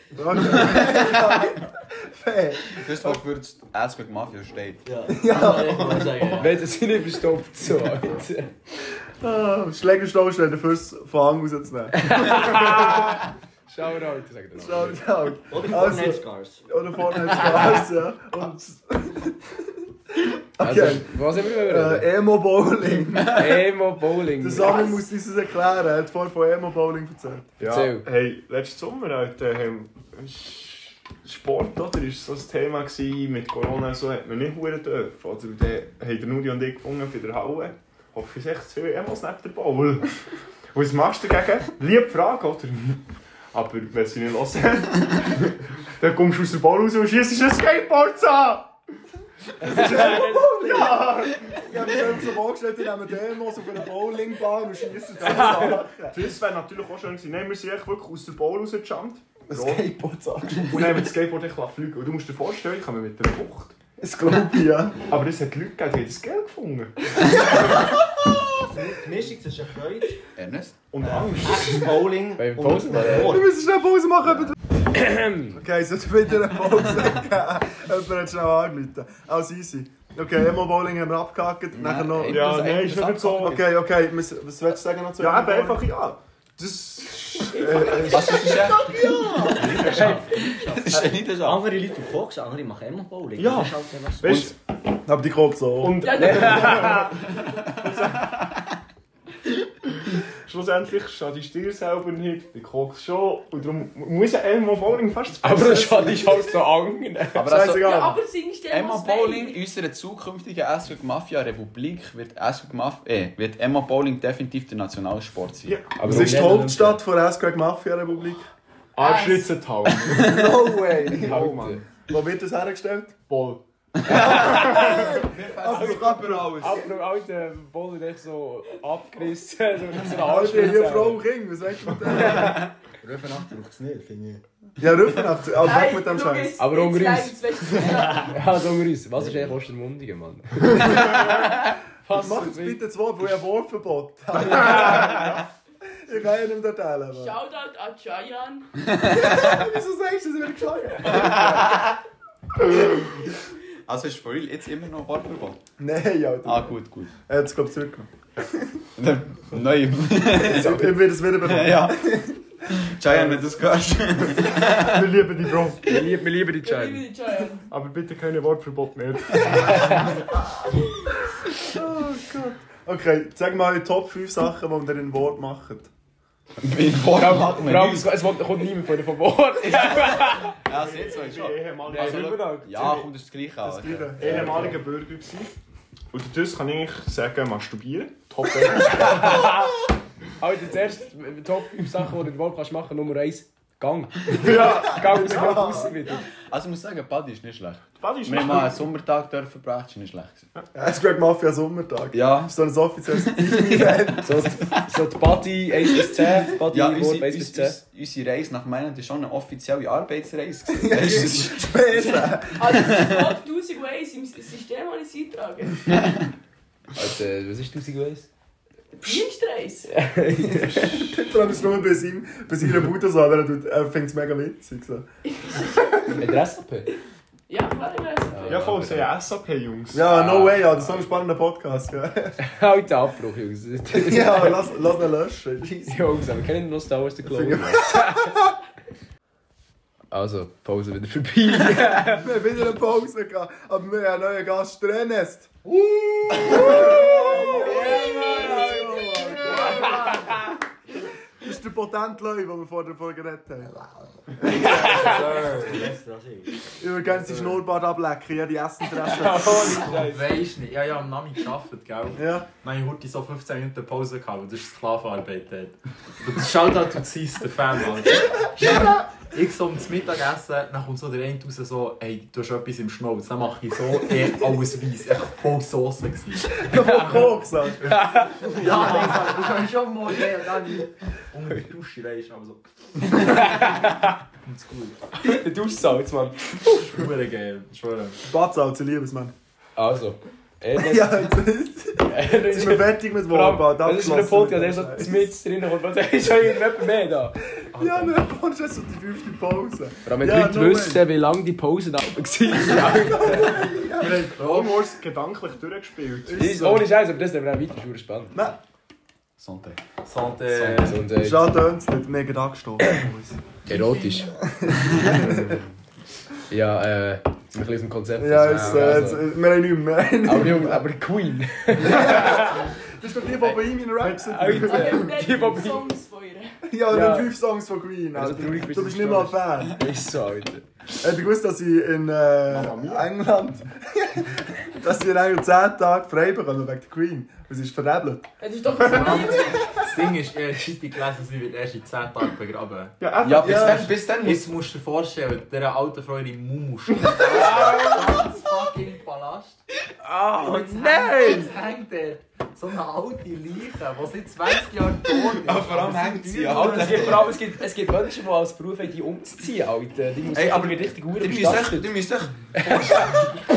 S2: Fair.
S5: Das ist doch für das Aspect Mafia steht.
S6: Ja. Ja. Ich muss sagen,
S1: Wenn das nicht verstopft so, Alter.
S2: Ah, Schlägerstau ist nicht dafür, von Hang rauszunehmen.
S1: Schau mal, Alter, sag das.
S2: Schau, schau.
S6: ja. Oder
S2: Also-
S6: Fortnite Scars.
S2: Oder vorne ist Gas, ja. Und,
S1: Also,
S2: okay.
S1: was haben wir reden?
S2: Äh, Emo Bowling.
S1: Emo Bowling.
S2: Der Samuel muss uns Äh, das erklären. Er hat vorher von Emo Bowling erzählt.
S4: Ja,
S1: Erzähl.
S4: hey, letzten Sommer, Alter, haben Sport, oder? Ist so ein Thema gewesen, mit Corona und so, hat man nicht hure dürfen. Oder dann haben der Nudi und ich gefunden bei der Halle, hoffe ich, echt eh zu viel Emos neben der Ball. Und was machst du dagegen? Liebe Frage, oder? Aber wenn sie nicht hören, <laughs> dann kommst du aus der Ball raus und schießt ein Skateboard an!
S2: Ja! Ich habe mir so vorgestellt, die nehmen Demos auf einer Bowlingbahn und schießen zu Sachen.
S4: Das wäre natürlich auch schön gewesen. Nein, wir sind echt wirklich aus der Ball rausgejumpt.
S2: Ein Skateboard sagen.
S4: Und dann haben wir das Skateboard echt fliegen lassen. Und du musst dir vorstellen, ich komme mit der Bucht.
S2: Ein Globi, ja.
S4: Aber es hat Leute gegeben, die haben das Geld gefunden.
S6: Die Mischung zwischen Freude,
S5: Ernest?
S4: Und Angst.
S6: Bowling
S1: Bei
S6: und
S1: Pause machen.
S2: Wir
S6: Humor.
S2: müssen schnell Pause machen. bitte. okay, sollte bitte eine Pause geben? Jemand hat schnell angerufen. Also easy. Okay, Emo Bowling haben wir abgehakt. Nachher noch.
S5: ich-
S4: Ja, nein, ist nicht so.
S2: Okay, okay. Was was willst du sagen noch zu Emo
S4: Ja, eben
S2: Bowling?
S4: einfach ja.
S2: <laughs>
S4: Das. äh,
S5: Was ist das? Ja! Das ist ja nicht das Amt.
S6: Andere Leute machen Boxen, andere machen immer Bowling.
S4: Ja.
S6: Das ist halt einfach so.
S4: Weißt
S2: Aber die kommt so.
S4: und
S7: Ja, das
S4: schlussendlich steht die Stier selber nicht, die Koks schon. Und darum muss ja Elmo Bowling fast das
S1: Aber
S4: Beste
S1: das
S4: sein.
S1: hat dich halt so angenehm.
S5: Aber also,
S2: Scheißegal.
S7: ja, aber singst du
S5: Emma
S7: immer das
S5: Bowling, unserer zukünftigen Aspect Mafia Republik, wird Aspect Mafia, äh, wird Emma Bowling definitiv der Nationalsport sein.
S4: Ja.
S1: Aber
S2: Es ist die Hauptstadt der SQG Mafia Republik.
S4: Arschritzental.
S2: <laughs> No way!
S4: <laughs>
S2: Oh
S1: Alter.
S4: Halt.
S2: Wo wird das hergestellt?
S4: Ball.
S2: Also, aber alles.
S3: Aber noch alter Bolle echt so abgerissen.
S1: <laughs>
S3: So mit so einer
S2: Alter, hier
S3: Haarschnitzel.
S2: Frau und Kind, was sagst du mit dem?
S6: Röfenacht braucht es nicht, finde ich.
S2: Ja, Rüffelnacht, also weg mit dem Scheiß.
S1: Aber unter uns.
S7: uns.
S1: Ja, so wir uns. Was ist eigentlich Ostermundigen, Mann?
S2: <laughs>
S3: Pass
S2: Mach
S3: auf,
S2: jetzt
S3: bitte.
S2: bitte zwei, wo ich ein Wortverbot habe. Ich kann ja nicht mehr teilen. Mann.
S7: Shoutout an Chayan.
S2: Wieso sagst du das? Ich bin geschlagen.
S5: Also ist für real jetzt immer noch Wortverbot?
S2: Nein, Alter.
S5: Ah, gut, gut.
S2: Er hat es, glaube ich, zurückgenommen.
S5: Neu. <laughs>
S2: Ich werde es wieder bekommen.
S5: ja. Giant, wenn du das hörst.
S4: Wir lieben die Bro.
S1: Wir lieben, wir lieben die
S7: Ich
S1: Child.
S7: liebe Chayan.
S4: Aber bitte keine Wortverbot mehr.
S2: Okay, sag mal die Top 5 Sachen, die wir in Wort machen.
S5: Wie vorher machen
S3: Vor allem, es es kommt kommt niemand von von
S2: <laughs>
S3: Bord.
S5: Ja, das jetzt weißt schon. Also,
S4: Ehemaliger,
S5: Ja, komm, das ist das Gleiche
S2: Das
S5: an.
S2: Gleiche.
S4: ehemaliger Bürger gewesen. Und das kann ich sagen, masturbieren.
S2: <laughs>
S4: Top 1.
S3: Alter, zuerst äh, Top 5 Sachen, die du in Wald kannst machen. Nummer 1, Gang.
S2: <laughs>
S3: Ja, Gang aus dem Wald raus wieder.
S5: Also ich muss sagen, Buddy ist nicht schlecht.
S4: Was ist
S5: Wir haben mal einen Sommertag dürfen verbracht, ist nicht schlecht. gewesen.
S2: Es ist gerade Mafia Sommertag.
S5: Ja.
S2: Das ist so ein
S5: <laughs>
S2: offizielles Event.
S3: So, so die Party 1 bis 10. Party
S5: Ja,
S3: ja,
S5: unsere,
S3: 1 bis 10.
S5: unsere, unsere Reise nach Mailand war schon eine offizielle Arbeitsreise. gewesen. Weisst du, es ist-
S2: Später.
S7: Also, es gibt 1000 Ways im System, habe ich es eingetragen.
S1: Alter, was ist 1000 Ways?
S7: Dienstreis.
S2: Vor allem ist es nur bei, seinem, bei seiner Bude so, aber er, tut- er findet es mega witzig. So.
S1: Adresse?
S7: Ja, klar, ich weiß.
S4: Ja, voll, sie SAP, Jungs.
S2: Ja,
S5: Ah.
S2: no way, ja, das ist so ein spannender Podcast.
S5: <laughs>
S2: Gell?
S1: Alter, Abbruch, Jungs.
S3: <laughs>
S2: ja, lass, lass ihn löschen. Scheisse.
S1: Jungs, aber kennen noch Star Wars den Clone
S3: <laughs>
S1: Also, Pause wieder vorbei.
S3: <laughs>
S2: Wir haben wieder eine Pause gehabt, aber wir haben einen neuen Gast,
S5: <laughs>
S2: Renest.
S5: Uh!
S2: Das ist der potente Löwe, den wir vor der Folge geredet haben. Ich würde gerne seinen Schnurrbart ablecken, ja, die
S3: <laughs>
S2: essen
S10: Weisst nicht, ja, ja, am Namen gearbeitet, gell?
S2: Ja.
S10: Dann habe ich heute so 15 Minuten Pause gehabt, weil das ist Sklavenarbeit dort. Und das Shoutout to Cis, der Fan, Mann. Ich so um das Mittagessen, dann kommt so der eine raus so, hey, du hast etwas im Schnauz. Dann mache ich so, eh, alles weiss. Echt voll Sauce gewesen.
S2: Von Koks an.
S10: Ja, ich sag, das habe ich schon mal gesehen. Und dann unter der Dusche, weisst du, aber so. Kommt's gut.
S3: Der Duschsalz, Mann.
S10: Schwöre geil, schwöre.
S2: Batsalz, ich liebe es,
S3: <laughs>
S2: Mann.
S1: Also, Ernest.
S2: <laughs> Ja, jetzt ist jetzt sind wir fertig
S3: <laughs>
S2: mit Warbart.
S3: Das ist ein Podcast, der ist so mit drin kommt. Was <laughs> ist schon irgendjemand mehr da?
S2: Ja, wir haben schon so die fünfte Pause.
S1: Vor allem, wenn die
S2: Ja,
S1: Leute
S2: no
S1: wissen, wie lange die Pause da oben war.
S4: Wir haben Clone gedanklich durchgespielt.
S3: Ohne Scheiß, aber das nehmen wir auch weiter, schon spannend.
S2: Nein,
S5: Sonntag.
S10: Santé.
S1: Und, äh,
S2: schade, tönt's nicht.
S3: <laughs>
S2: Mega angestoßen.
S1: Erotisch. ja, äh, jetzt sind wir ein bisschen aus dem Konzept.
S2: Ja,
S1: raus.
S2: es, äh, es,
S1: Also,
S2: äh, wir haben nicht mehr. <laughs>
S1: aber, Jungs, aber Queen.
S2: Das ist doch die, die bei ihm in Rhapsody.
S3: Alter.
S7: Ich habe Songs von ihr.
S2: Ja, wir
S3: Ja.
S2: haben fünf Songs von Queen.
S1: Also,
S2: Alter.
S1: traurig
S2: Du
S1: bist du
S2: bist nicht mal
S1: gestorben.
S2: Fan.
S1: Ist so, Alter.
S2: Hätte ich gewusst, dass ich in äh, England. <laughs> dass ich in England 10 Tage frei bekomme wegen der Queen. Weil sie ist verrebelt.
S7: Es ist doch so lieb.
S10: Das Ding ist, ich habe Zeitung gelesen, sie wird erst in 10 Tagen begraben.
S4: Ja,
S5: Ja, bis
S2: Ja,
S5: dann, bis dann muss
S10: Jetzt musst du dir vorstellen, dieser alte Freund im Mumu steht. <laughs> Ganz fucking Palast. Oh nein!
S3: <laughs>
S10: Jetzt hängt er so eine alte Leiche, die seit 20 Jahren tot ist.
S5: vor allem hängt sie an.
S3: Es gibt, vor allem, es, gibt, es gibt Menschen, die als Beruf haben, die umzuziehen, Alter. Die muss
S5: Ey, aber
S3: irgendwie richtig gut
S5: Ihr müsst euch, ihr müsst euch vorstellen,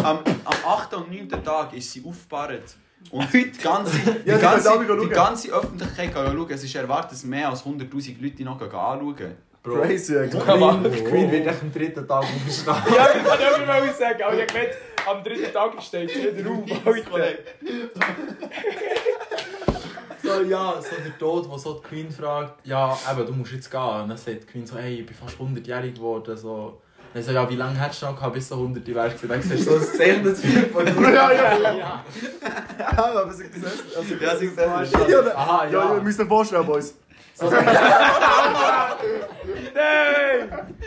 S5: am, am 8. und 9. Tag ist sie aufgebahrt. Und die ganze, die,
S2: Ja, die können alle
S5: ganze,
S2: schauen.
S5: die ganze Öffentlichkeit kann schauen. Es ist erwartet, dass mehr als 100'000 Leute noch anschauen. gehen.
S2: Crazy,
S1: <laughs>
S2: eigentlich.
S10: Queen, Queen wird echt am dritten Tag aufstehen.
S3: Ja, ich kann nicht mehr sagen, aber ich habe gemerkt, am dritten Tag steht sie wieder
S5: <laughs>
S3: auf, Alter.
S10: So, ja, so der Tod, wo so die Queen fragt, ja, eben, du musst jetzt gehen. Und dann sagt die Queen so, hey, ich bin fast 100-jährig geworden. So. Dann so, ja, wie lange hättest du noch gehabt, bis du 100 wärst? Dann siehst du so ein zeichnetes Bild von
S2: Ja, ja, ja. aber sie gesessen. Also,
S5: Ja, sie gesagt,
S2: ja, ja,
S10: Aha,
S2: ja, wir müssen uns vorstellen, Boys.
S3: Nein!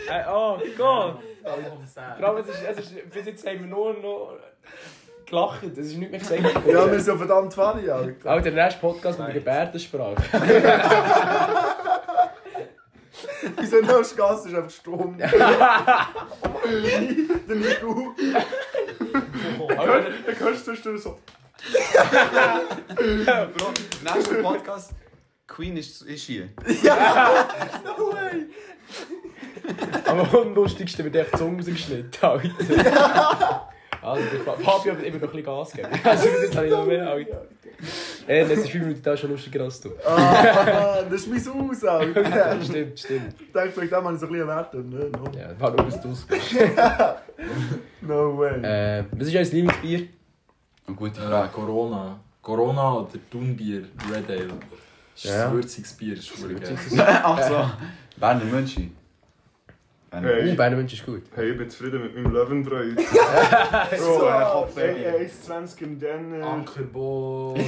S3: Äh, oh Gott! Vor
S10: ja.
S3: allem, es ist, es ist, bis jetzt haben wir nur noch gelacht, es ist nicht mehr gesagt.
S2: Ja, wir sind ja verdammt funny, Alter.
S3: Alter, der nächste Podcast mit der Gebärdensprache.
S2: Unser neues Gast ist einfach stumm. Der Nico.
S4: hörst, dann hörst du zwischendurch so.
S5: Bro, nächster Podcast. Queen ist, ist hier.
S3: Am unlustigsten wird echt die Zunge rausgeschnitten, <laughs> Alter. Also, der Fa- Fabio hat immer noch ein bisschen Gas gegeben. <laughs> Also, das habe ich noch mehr, Alter. Ey, das ist 5 Minuten da schon lustiger als
S5: <laughs>
S3: du.
S2: Ah, das ist mein Haus, Alter.
S3: Ja, stimmt, stimmt.
S2: Ich denke, vielleicht habe ich so ein bisschen Wert. Ne? No,
S3: Ja, war nur, dass du es
S5: <laughs>
S3: bist.
S2: no way.
S3: Äh, was ist euer Lieblingsbier?
S5: Eine gute
S10: Äh,
S5: Frage.
S10: Corona. Corona oder Thunbier, Red Ale. Das ist
S3: Ja.
S10: ein würziges Bier, das ist verdammt geil.
S5: Ach so. Berner Münchi. Berner
S4: Hey.
S5: Münchi.
S3: Uh, Berner Münsch ist gut.
S4: Hey, ich bin zufrieden mit meinem Löwenbräu.
S2: So,
S4: Bro, er kommt
S2: ey,
S4: ey, 1,20 im Denner.
S10: Ankerbo.
S4: 1,20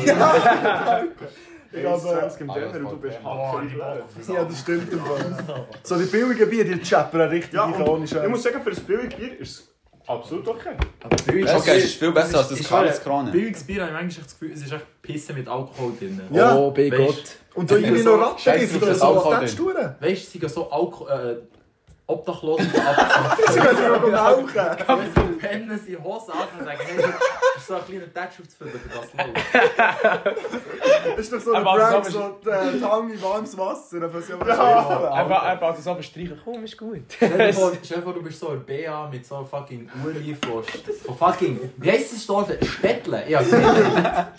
S4: im
S5: Ah, ja,
S4: Denner und du
S5: voll
S4: bist
S5: fair.
S4: hart.
S2: Ja, das stimmt. im Fall. So, die billigen Bier, die chappern richtig
S4: Ja,
S2: rein,
S4: und
S2: ohne
S4: ich muss
S2: Scheiß.
S4: sagen, für ein billiges Bier ist es absolut okay.
S5: Okay, es ist viel besser als das Karls Krone.
S10: Billiges Bier habe ich manchmal das Gefühl, es ist echt Pisse mit Alkohol drin.
S2: Ja.
S3: Oh, bei
S10: Weisst-
S3: Gott.
S2: Und so irgendwie noch
S5: Scheiß
S2: Rattengift oder
S5: drauf, das
S2: so,
S5: Alkohol
S2: was tätst du denn?
S10: Weißt du, sie gehen so Alko äh, Obdachlose <laughs> abzuhalten.
S2: Sie können sich noch melken.
S10: Wenn sie pennen, sie Hose an und sagen, hey, das ist so ein kleiner Tätschaftsfüller für das Lauf.
S2: Das ist doch so ein
S3: Aber also,
S2: Prank,
S3: aber-
S2: so äh, die Hand in warmes Wasser. Dann fass ich aber schon
S3: Einfach, einfach das abstreichen. Komm, ist gut.
S10: Stell dir vor- stell dir vor, du bist so ein BA mit so einem fucking Uri von, von fucking, wie heisst das Dorf? Städtle. Ja,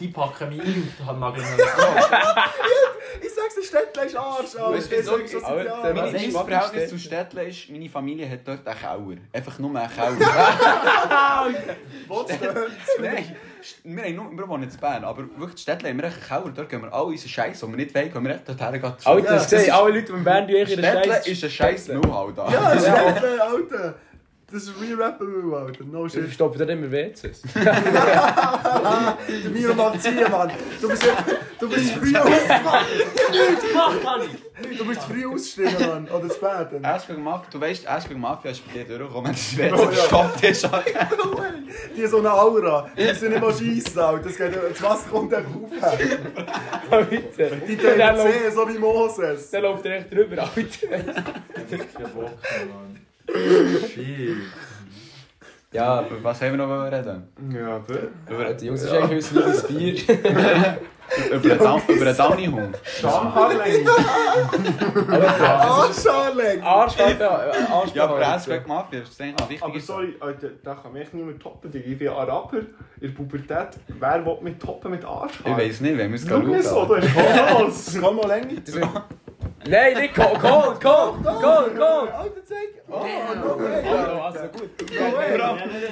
S10: die packen mich ein und haben nageln mir das Lauf.
S2: Ich sag's, der Städtler ist Arsch, Alter.
S5: Weißt du,
S2: Das sag ich
S5: wieso-
S2: schon seit
S3: aber-
S2: Jahren.
S5: Mein
S3: Nein,
S5: liebstes
S3: Schwab
S5: Verhältnis
S3: ist
S5: zu Städtlen ist, meine Familie hat dort einen Keller. Einfach nur einen Keller. Nein, St- wir, haben nur, wir wohnen in Bern, aber wirklich Städtlen haben wir echt einen Keller. Dort gehen wir all unseren Scheiß, den wir nicht wollen, gehen wir echt dorthin. gehen.
S3: Alter,
S5: Das
S3: ich sehe,
S5: ist-
S3: alle Leute mit Bern, die ich in der
S5: Städtlen
S3: Scheiße.
S5: ist ein scheiß Müllhau da.
S2: Ja, Städtler, Alter. Das ist Re-Rapper, Alter. No
S3: Wir
S2: shit.
S3: stoppen da immer WCs.
S2: Der Miro macht Ziehen, Mann. Du bist, du bist früh aus, Mann.
S6: Mach mal nicht!
S2: Du bist früh ausgestiegen, Mann. Oder später.
S5: Ashburg Mafia, du weißt, Ashburg Mafia ist bei dir durchgekommen, wenn das WC gestoppt ist. Alter.
S2: Die so eine Aura. Die sind immer scheissen, Alter. Das, geht, das Wasser kommt einfach auf.
S3: Alter.
S2: Die
S3: Der
S2: Tränen
S3: läuft-
S2: sehen, so wie Moses.
S3: Der läuft er echt drüber, Alter.
S10: Ich hab Bock, Mann. Shit.
S5: Ja, aber was haben wir noch wollen reden?
S4: Ja, aber.
S5: Über,
S3: Die <laughs> Jungs, das ist eigentlich unser Lieblingsbier.
S5: über, den Dam, über den Downy-Hund.
S4: Schamhaarlänge. <laughs>
S2: Ah, Scharleck!
S3: Arsch, Alter. äh, Arsch,
S5: Ja, aber
S3: Alter.
S5: Ashburg Mafia ist sehr wichtig.
S4: Aber sorry, Alter, da kann mich niemand toppen. Digga. Ich bin ein Rapper in der Pubertät. Wer will mich toppen mit Arsch?
S5: Ich weiß nicht, wenn wir es
S4: Schau mir
S5: gleich
S4: so,
S5: schauen.
S4: da ist Kolos.
S2: Komm mal länger.
S3: Nein, nicht Gold, Gold, Gold, Gold, Gold.
S2: Alter, zeig! Oh, no way!
S3: Also gut.
S5: Bro,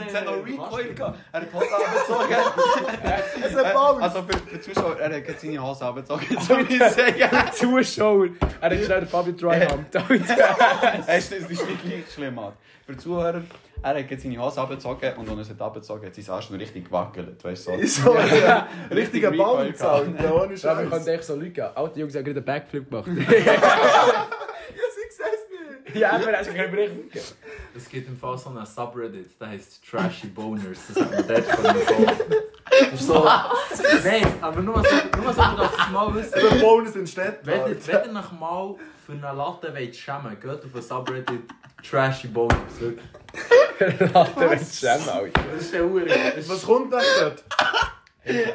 S5: es hat noch Recoil gehabt. Er hat die Hose abgezogen.
S2: Es hat Bounce!
S5: Also für, für die Zuschauer, er hat gerade seine Hose abgezogen, <laughs> so wie
S3: <laughs>
S5: ich sage.
S3: Der Zuschauer. Er ist schnell der Fabio Dryhump, Alter.
S5: Es ist nicht gleich schlimm, Mann. Für die Zuhörer, er hat gerade seine Hose abgezogen und als er es abgezogen hat, hat sein Arsch noch richtig gewackelt, weißt du? so.
S2: Ist so ein richtiger
S5: Recoil
S2: Bounce,
S5: gehabt.
S2: Alter. Ohne Scheiß.
S3: Aber ich
S2: Ja,
S3: könnte echt so Leute geben. Alter, die Jungs haben gerade einen Backflip gemacht. <laughs>
S2: sie sehen es nicht!
S3: ja, aber das ist kein Bericht.
S10: Es gibt im Fall so einen Subreddit, der heißt Trashy Boners. Das hat man dort können so. Ist so. Nein, aber nur so, nur so, dass ihr es mal wisst.
S2: Der Bonus in Städten.
S10: Wenn ihr,
S2: Alter.
S10: wenn ihr nach mal für eine Latte wollt schämen wollt, geht auf ein Subreddit Trashy Boners. Wirklich.
S3: Alter, wenn es schämen, Alter.
S10: Das ist der Uhr. Das
S2: Was
S10: ist
S2: kommt denn dort?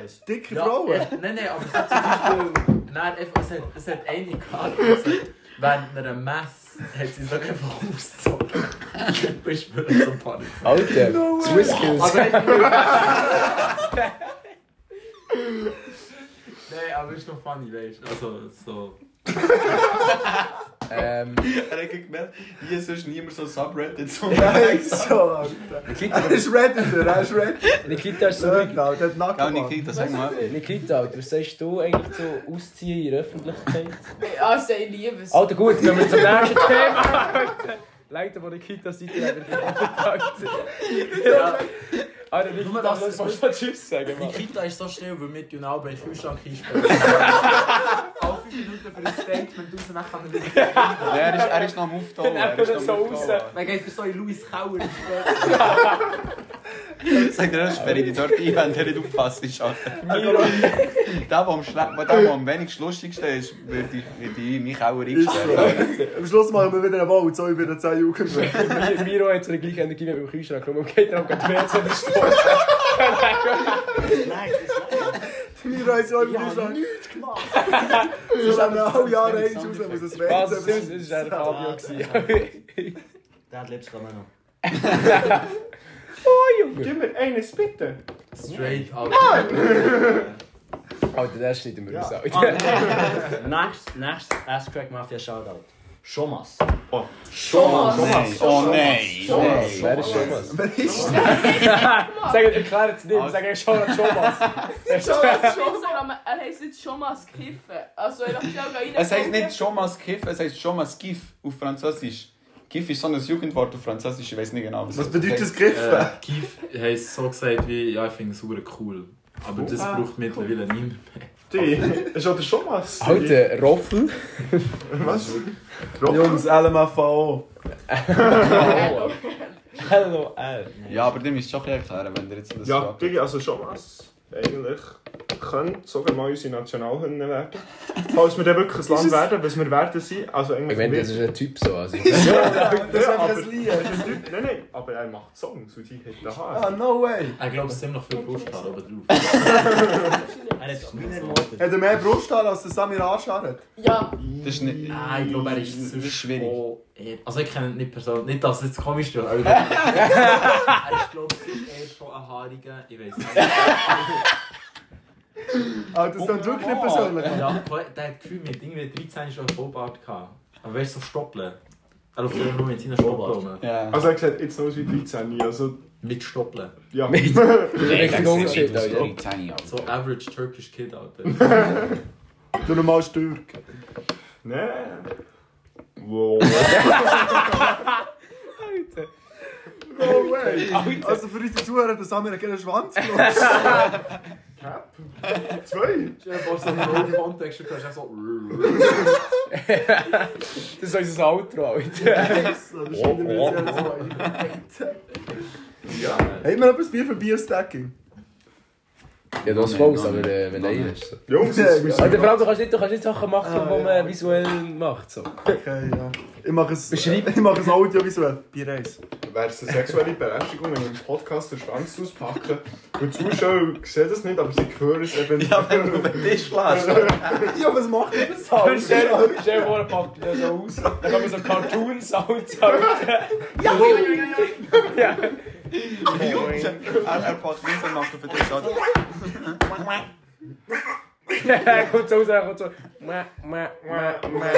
S10: was
S2: Dicke
S10: ja,
S2: Frauen?
S10: echt, Nein, nein, aber es hat zum Beispiel. Nein, einfach- es hat, es hat eine Karte. es hat- Während einer Messe hat sie sich einfach ausgezogen. Ich bin so panisch.
S3: Alter, Swiss Skills.
S10: Also, <laughs> Nein, aber ist noch funny, weißt du? Also, so.
S3: Ähm,
S5: Er hat gemerkt, hier ist sonst niemand so ein Subreddit. So.
S2: Nein, so, Alter. Er
S3: Nikita,
S2: ist Redditor, er ist Redditor.
S3: Nikita ist so
S2: Ja,
S3: Leute.
S2: genau, der hat
S5: Ja,
S2: Nacken. Mann.
S5: Nikita, sag mal.
S3: Nikita, Alter, was sagst du eigentlich zu Ausziehen in der Öffentlichkeit?
S7: Also, ich liebe es.
S3: Alter, gut, gehen wir zum nächsten Thema. Alter. Leider, wo Nikita seid, ihr habt mich Ja. Alter,
S10: Nur,
S3: Nikita,
S10: dass
S3: lass
S10: es
S3: mal
S10: gut-
S3: schon Tschüss sagen,
S10: Die
S3: Mann.
S10: Kita ist so schnell, weil wir genau bei Kühlschrank <laughs> einspielen. Alle 5 Minuten für ein Statement raus, dann kann er wieder.
S5: Ja, Er ist, er ist noch am Auftauen. Er ist
S3: Dann
S5: noch am
S3: so
S5: Auftauen.
S10: Dann geht er so in Louis Kauer.
S5: Sagt er, sperre dich dort ein, wenn der nicht aufpasst. ist, <laughs> Alter. <laughs> Der, der am, schle- der, der am wenigsten lustigsten ist, würde ich, würde ich mich auch
S2: Ist so.
S5: einstellen.
S2: Am Schluss machen wir wieder einen Bounce, so wie bei den 10 Jugendlichen.
S3: Miro hat so die gleiche Energie wie beim Kühlschrank, darum geht er auch gerade WC verstopft.
S6: Nein, das
S2: Wir haben so im
S6: ist
S2: Kühlschrank.
S6: nichts
S2: <laughs>
S6: gemacht.
S2: Wir schauen alle Jahre eins raus, muss es
S3: Was? Das
S2: werden.
S3: war der Fabio. gewesen. <laughs>
S6: Der hat Lips kommen noch.
S4: Gib mir eines bitte.
S10: Straight out. Nein!
S3: Alter, den schneiden <laughs> wir raus. Alter.
S6: Nächstes, nächstes Ass-Crack Mafia Shoutout. Schomas.
S4: Oh.
S6: Schomas.
S5: Nein, oh nein, nein.
S3: Wer ist schon was? <laughs>
S2: Wer ist
S3: Sag erklär es nicht, sag ich schon schon was.
S7: Ich weiß sogar, man- Er heisst jetzt schon mal das Kiffen. Also einfach schnell rein.
S5: Es heißt nicht Chomas Kiff, es heißt Chomas Kiff auf Französisch. Kiff ist so ein Jugendwort auf Französisch, ich weiß nicht genau, was
S2: Was
S5: es
S2: bedeutet das
S5: heißt.
S2: Griffen?
S10: Äh, Kief heisst so gesagt wie, ja, ich finde es super cool. Aber das braucht mittlerweile niemand mehr.
S4: Die, ist oder schon was?
S3: Alter, Roffel.
S4: Was?
S2: Jungs, LMFAO.
S3: Hello, L.
S5: Ja, aber dem ist schon ein bisschen erklären, wenn ihr jetzt das
S4: Ja,
S5: fragt.
S4: Digi, also schon was. Eigentlich könnte sogar mal unsere Nationalhymne werden. Falls wir dann
S5: <laughs>
S4: wirklich ein Land werden, was wir werden sind. Also
S1: Ich
S4: eigentlich
S1: meine, das
S4: wird-
S1: ist ein Typ so. Also,
S3: <laughs>
S2: Das ist einfach ein Lied.
S4: Das ist nicht- Nein, nein, aber er macht Songs und die hat er
S2: Ah,
S4: Haare.
S2: no way.
S10: Ich glaube, es sind noch viel Brusthaar <laughs> oben drauf.
S6: Er hat meinen ermordet.
S2: Hat er mehr Brusthaar als der Samir Arschar hat?
S7: Ja,
S5: Das ist nicht...
S10: Nein, Ah, ich glaube, er ist zu
S5: Das ist schwierig.
S10: Also, ich kenne ihn nicht persönlich. Nicht, dass es jetzt komisch
S5: <laughs>
S10: wird. aber- er ist, glaube ich, eher schon ein Haariger. Ich weiß nicht.
S2: Ah, das ist dann wirklich nicht persönlich.
S10: Ja, voll- der hat Gefühl, mit irgendwie 13 schon einen Vollbart gehabt. Aber weißt du, so Stoppeln. Er läuft immer nur mit seinen
S6: Vollbart.
S10: Stoppeln rum.
S5: Ja.
S4: Also er hat gesagt, jetzt noch wie 13. Also,
S10: Mit Stoppeln.
S4: ja.
S3: Richtig Unterschied, Alter.
S5: Alter.
S10: So average Turkish Kid, Alter. <laughs>
S2: Du normal Stürk.
S4: Nein. Wow.
S1: <laughs>
S2: No way. Also für unsere Zuhörer hat der Samir hat keinen <laughs> Schwanz gelost.
S4: Zwei.
S10: Stell dir vor, so ein Rolling Context, du kannst auch so...
S3: Das ist unser Outro, Alter.
S2: Das schneiden wir jetzt jedes Mal. Haben wir noch ein Bier für Bierstacking?
S1: ja, das ist falsch, aber äh, wenn einer ist. So.
S4: Jungs, jetzt müssen
S3: Alter, vor
S4: wir
S3: allem, du kannst nicht, du kannst nicht Sachen machen,
S2: Ah,
S3: eh, die
S2: ja.
S3: man visuell macht. So.
S2: Okay, ja. Ich mache es,
S3: Beschreib.
S2: <laughs> ich mache es audiovisuell. Bier 1.
S4: Wäre es eine sexuelle Belästigung, wenn wir im Podcast den Schwanz auspacken? Und die Zuschauer sehen das nicht, aber sie hören es eben.
S5: Ja, wenn du auf den Tisch lässt.
S2: Ja, was macht ihr das?
S3: Stell stell dir vor, er packt das so aus. Dann kommen so Cartoon-Sounds, Alter.
S5: Er er packt mich und macht auf den Tisch. Alter.
S3: Er kommt so raus, er kommt so... Mäh, mäh, mäh, mäh.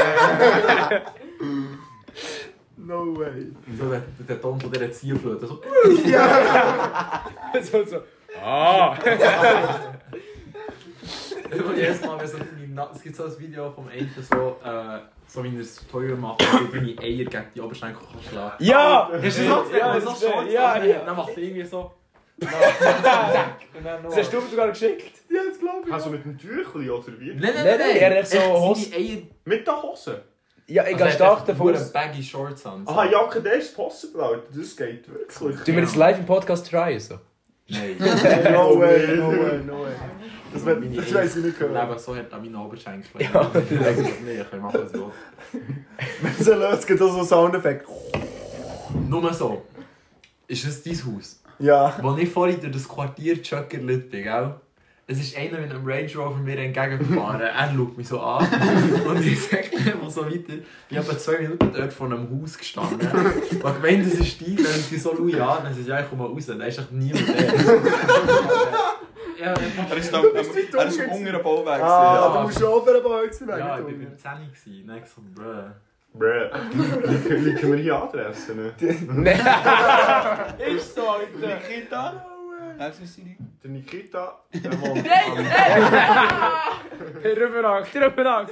S2: No way.
S10: So der, der Ton von dieser Zielflöte. So,
S3: So, so. Ah!
S10: jedes Mal, wenn so mein Na- es gibt so ein Video vom einen, so, äh, so wie er es teuer macht, wie deine Eier gegen die Oberschenkel kann schlagen
S3: Ja!
S10: Hast du das auch gesehen?
S3: Ja,
S10: Wenn so
S3: das ist-
S10: Shorts
S3: ja,
S10: anhat,
S3: ja.
S10: Dann macht er irgendwie so... Und dann noch-
S3: Das hast du mir sogar geschickt.
S2: Ja, das glaube ich.
S4: Also mit dem Tüchli oder wie?
S10: Nein, nein,
S3: Nein,
S10: nein,
S3: nein, er hat so
S10: Echt, seine
S3: Hosen-
S10: Eier...
S4: Mit der Hose.
S3: Ja, ich
S10: Also
S3: gehe
S10: er
S3: stark
S10: hat
S3: davon
S10: echt
S3: aus.
S10: verdammt baggy Shorts an. so.
S4: Aha, Jacke, der ist possible, Alter. Das geht wirklich.
S3: Tun wir das live im Podcast tryen? So.
S10: Nein.
S2: No way, no way, no way. Das, wird-
S10: Meine
S2: das weiß ich nicht
S10: Ich
S2: gehört.
S10: lebe so hart an meinen Oberschenkeln. Ja. Ich kann machen, was ich will.
S2: <laughs> So los, gibt es so Soundeffekt.
S10: Nur so. Ist das dein Haus?
S2: Ja.
S10: Als ich vorhin durch das Quartier gechöckert bin, gell? Es ist einer mit einem Range Rover mir entgegengefahren. er schaut mich so an. <laughs> Und ich sage immer so weiter. Ich habe etwa zwei Minuten dort vor einem Haus gestanden. <laughs> Und gemeint, das ist die, dann ist die so Louis an. Dann sagt sie, ja, ich komme mal raus. Dann ist echt <laughs> niemand da. ja,
S5: Er ist da- er ist unter dem Bauwerk.
S2: Ah,
S10: ja.
S2: du musst schon oben aber heute sein,
S10: ja, ich
S2: wenn
S10: bin
S2: nicht
S10: beim 10 gewesen. Dann ich so, bruh.
S4: Bruh. Liegen wir hier Adressen? ne?
S3: Ist so, Alter.
S4: Der Nikita, der
S2: <laughs>
S4: wohnt
S7: nein, nein!
S3: Rübernacht, Rübernacht.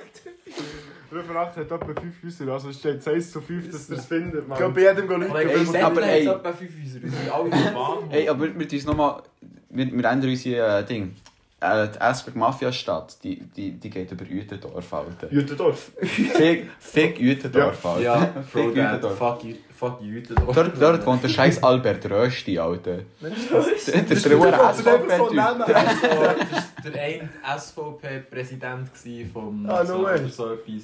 S4: Rübernacht hat etwa 5 Häuser, also es steht 1 zu 5, dass ihr es findet,
S2: Ich glaube,
S4: Mann.
S2: bei jedem gehen
S10: Aber
S2: Leute.
S10: ey,
S5: aber ey.
S10: Seppel hat etwa 5 Häuser. Wir sind alle im Bahnhof.
S5: Hey, aber mit uns nochmal. Wir, wir ändern unser äh, Ding. Äh, die Asperg Mafia-Stadt, die, die, die geht über Uetendorf, Alter.
S4: Jütendorf.
S5: Fick, fick Uetendorf, Alter.
S10: Ja, Bro,
S5: fick
S10: Dad,
S5: Uetendorf.
S10: fuck you, fuck you,
S5: Dort, dort wohnt der scheiß Albert Rösti, Alter. Der der
S2: der
S5: traurige
S2: von
S5: SVP-Typ.
S2: Namen.
S10: Das war der eine SVP-Präsident gewesen vom
S2: Ah, no way.
S10: oder so etwas.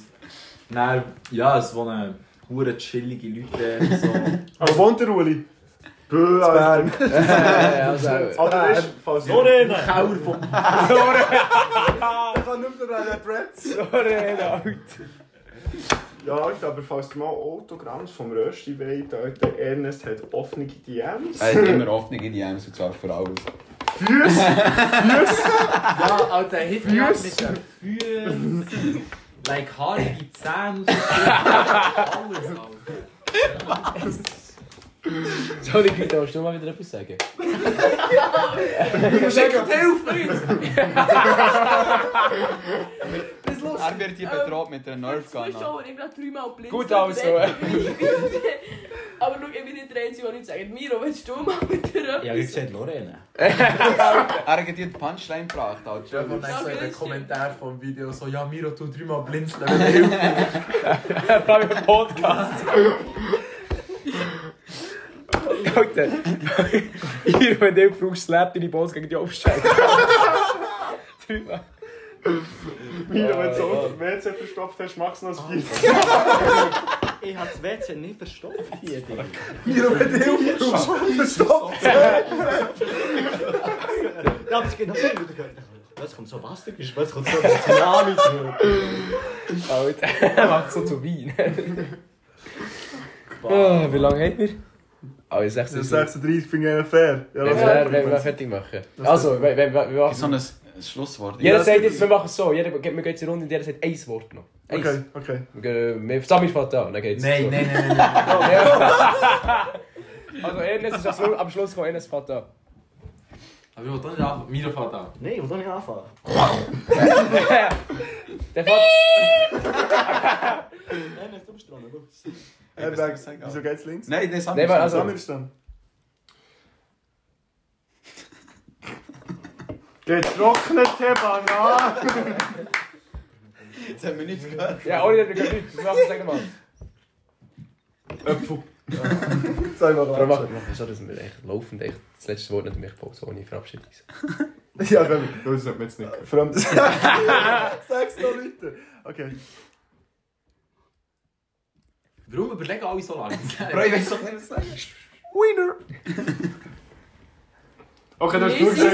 S10: Nein, ja, es waren hure chillige liksom. Leute. So.
S2: Aber wohnt der Uli?
S4: Bö, Alter.
S2: Bern.
S3: Also,
S4: Aber du weißt, falls du
S10: Kauer vom
S2: Ich kann nicht mehr an Bretz.
S3: sorry,
S4: Ja, Alter, aber falls du mal Autogramms vom Rösti weht, Alter, Ernest hat offene DMs.
S5: Er hat immer offene DMs und zwar für alles.
S10: Ja, Alter, hit mich ab mit den Füßen. Like haarige Zähne und so. Alles, Alter.
S3: Güte, willst du mal wieder etwas sagen?
S5: Er wird hier bedroht mit einer Nerf Gun.
S7: Zuschauer, ich habe dreimal blind.
S3: Gut, also.
S7: <laughs> Aber schau, ich bin nicht der Einzige, der nicht sagt, Miro, willst du mal mit dir
S6: Ja, wie gesagt, Lorena.
S5: Er hat dir die Punchline gebracht, Alter.
S10: Stell dir vor, dann so in den Kommentaren vom Video so, ja, Miro, tu dreimal blinzeln, wenn du hilfst.
S3: Vor allem im Podcast. Alter, <laughs> ihr, wenn du fragst, slappt deine Balls gegen die Obstscheibe.
S4: Mira, wenn du so unter dem WC verstopft hast, machst du
S2: Ah.
S4: noch ein Bier.
S6: Ich habe das WC nicht verstopft hier, Digga.
S2: Miro, wenn du hilfst, verstopft.
S6: Ja, aber es geht noch viel wieder. Was kommt so Wassergeschmack, was kommt so Tsunami?
S3: <laughs> Alter, er macht so zu <laughs> Wein. oh, wie lange hat wir? Ah, jetzt 16
S2: Das
S3: Uhr.
S2: 36 finde ich eigentlich fair. Ja,
S3: Wenn
S2: das
S3: wir- wenn wir fertig machen. Also, wenn- wenn- wenn- wir
S5: Das ist so
S3: machen.
S5: ein ein Schlusswort.
S3: Jeder sagt jetzt, wir machen es so. Jeder, wir gehen jetzt in die Runde und jeder sagt ein Wort noch. Eins.
S2: Okay, okay.
S3: Wir gehen- wir- Samir fährt an, dann geht's.
S10: Nein, nein, nein,
S3: <laughs>
S10: nein.
S3: Also, Ernest ist am Schluss- am Schluss gekommen, Ernest fährt an. <laughs>
S10: Aber ich will doch nicht anfangen. Miro fährt an.
S6: Nein, ich will doch nicht anfangen.
S3: Der fährt.
S6: Nein, nein, du bist dran, du.
S2: Hey,
S5: was soll
S2: Berg,
S5: ich sagen?
S2: wieso geht's links?
S5: Nein, das haben
S3: Nein, aber also.
S2: Samir ist dann.
S4: Getrocknete Banane.
S5: Jetzt haben wir nichts gehört.
S3: Ja, Oli, wir können nichts. Wir machen es, sag mal.
S2: Sei mal
S3: Warum
S2: raus.
S3: machen wir so, dass wir echt laufend echt das letzte Wort nicht mich Pause ohne Verabschiedung
S2: <laughs> <laughs> Ja, komm.
S4: Das hat man jetzt nicht gehört.
S2: Vor <laughs> allem das Sag's noch Leute. Okay.
S10: Warum überlegen alle so lange?
S5: Bro, ich weiß doch nicht, was das ist.
S4: Okay, das ist
S7: Nee,
S4: gut
S7: sie-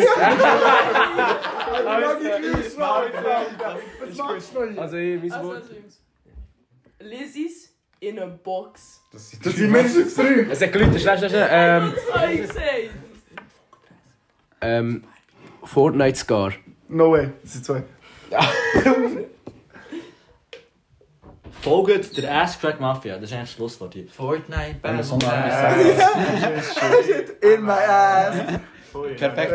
S4: gesagt.
S2: Was machst du noch hier?
S3: Also, ich mein
S7: Also,
S3: Wort.
S7: also, Jungs. Lizzie's in a box.
S2: Das sind mindestens drei.
S3: Es hat Leute, schnell, schnell, schnell. Ähm,
S7: Zwei gesagt.
S3: ähm, Fortnite Scar.
S2: No way. Das sind zwei.
S6: Folgt der Asscrack Mafia, das ist eigentlich das Schlusswort hier.
S10: Fortnite,
S5: Wenn wir so
S10: Battle
S5: lange
S10: Royale.
S5: sagen.
S2: In my ass.
S4: Sorry.
S5: Perfekt.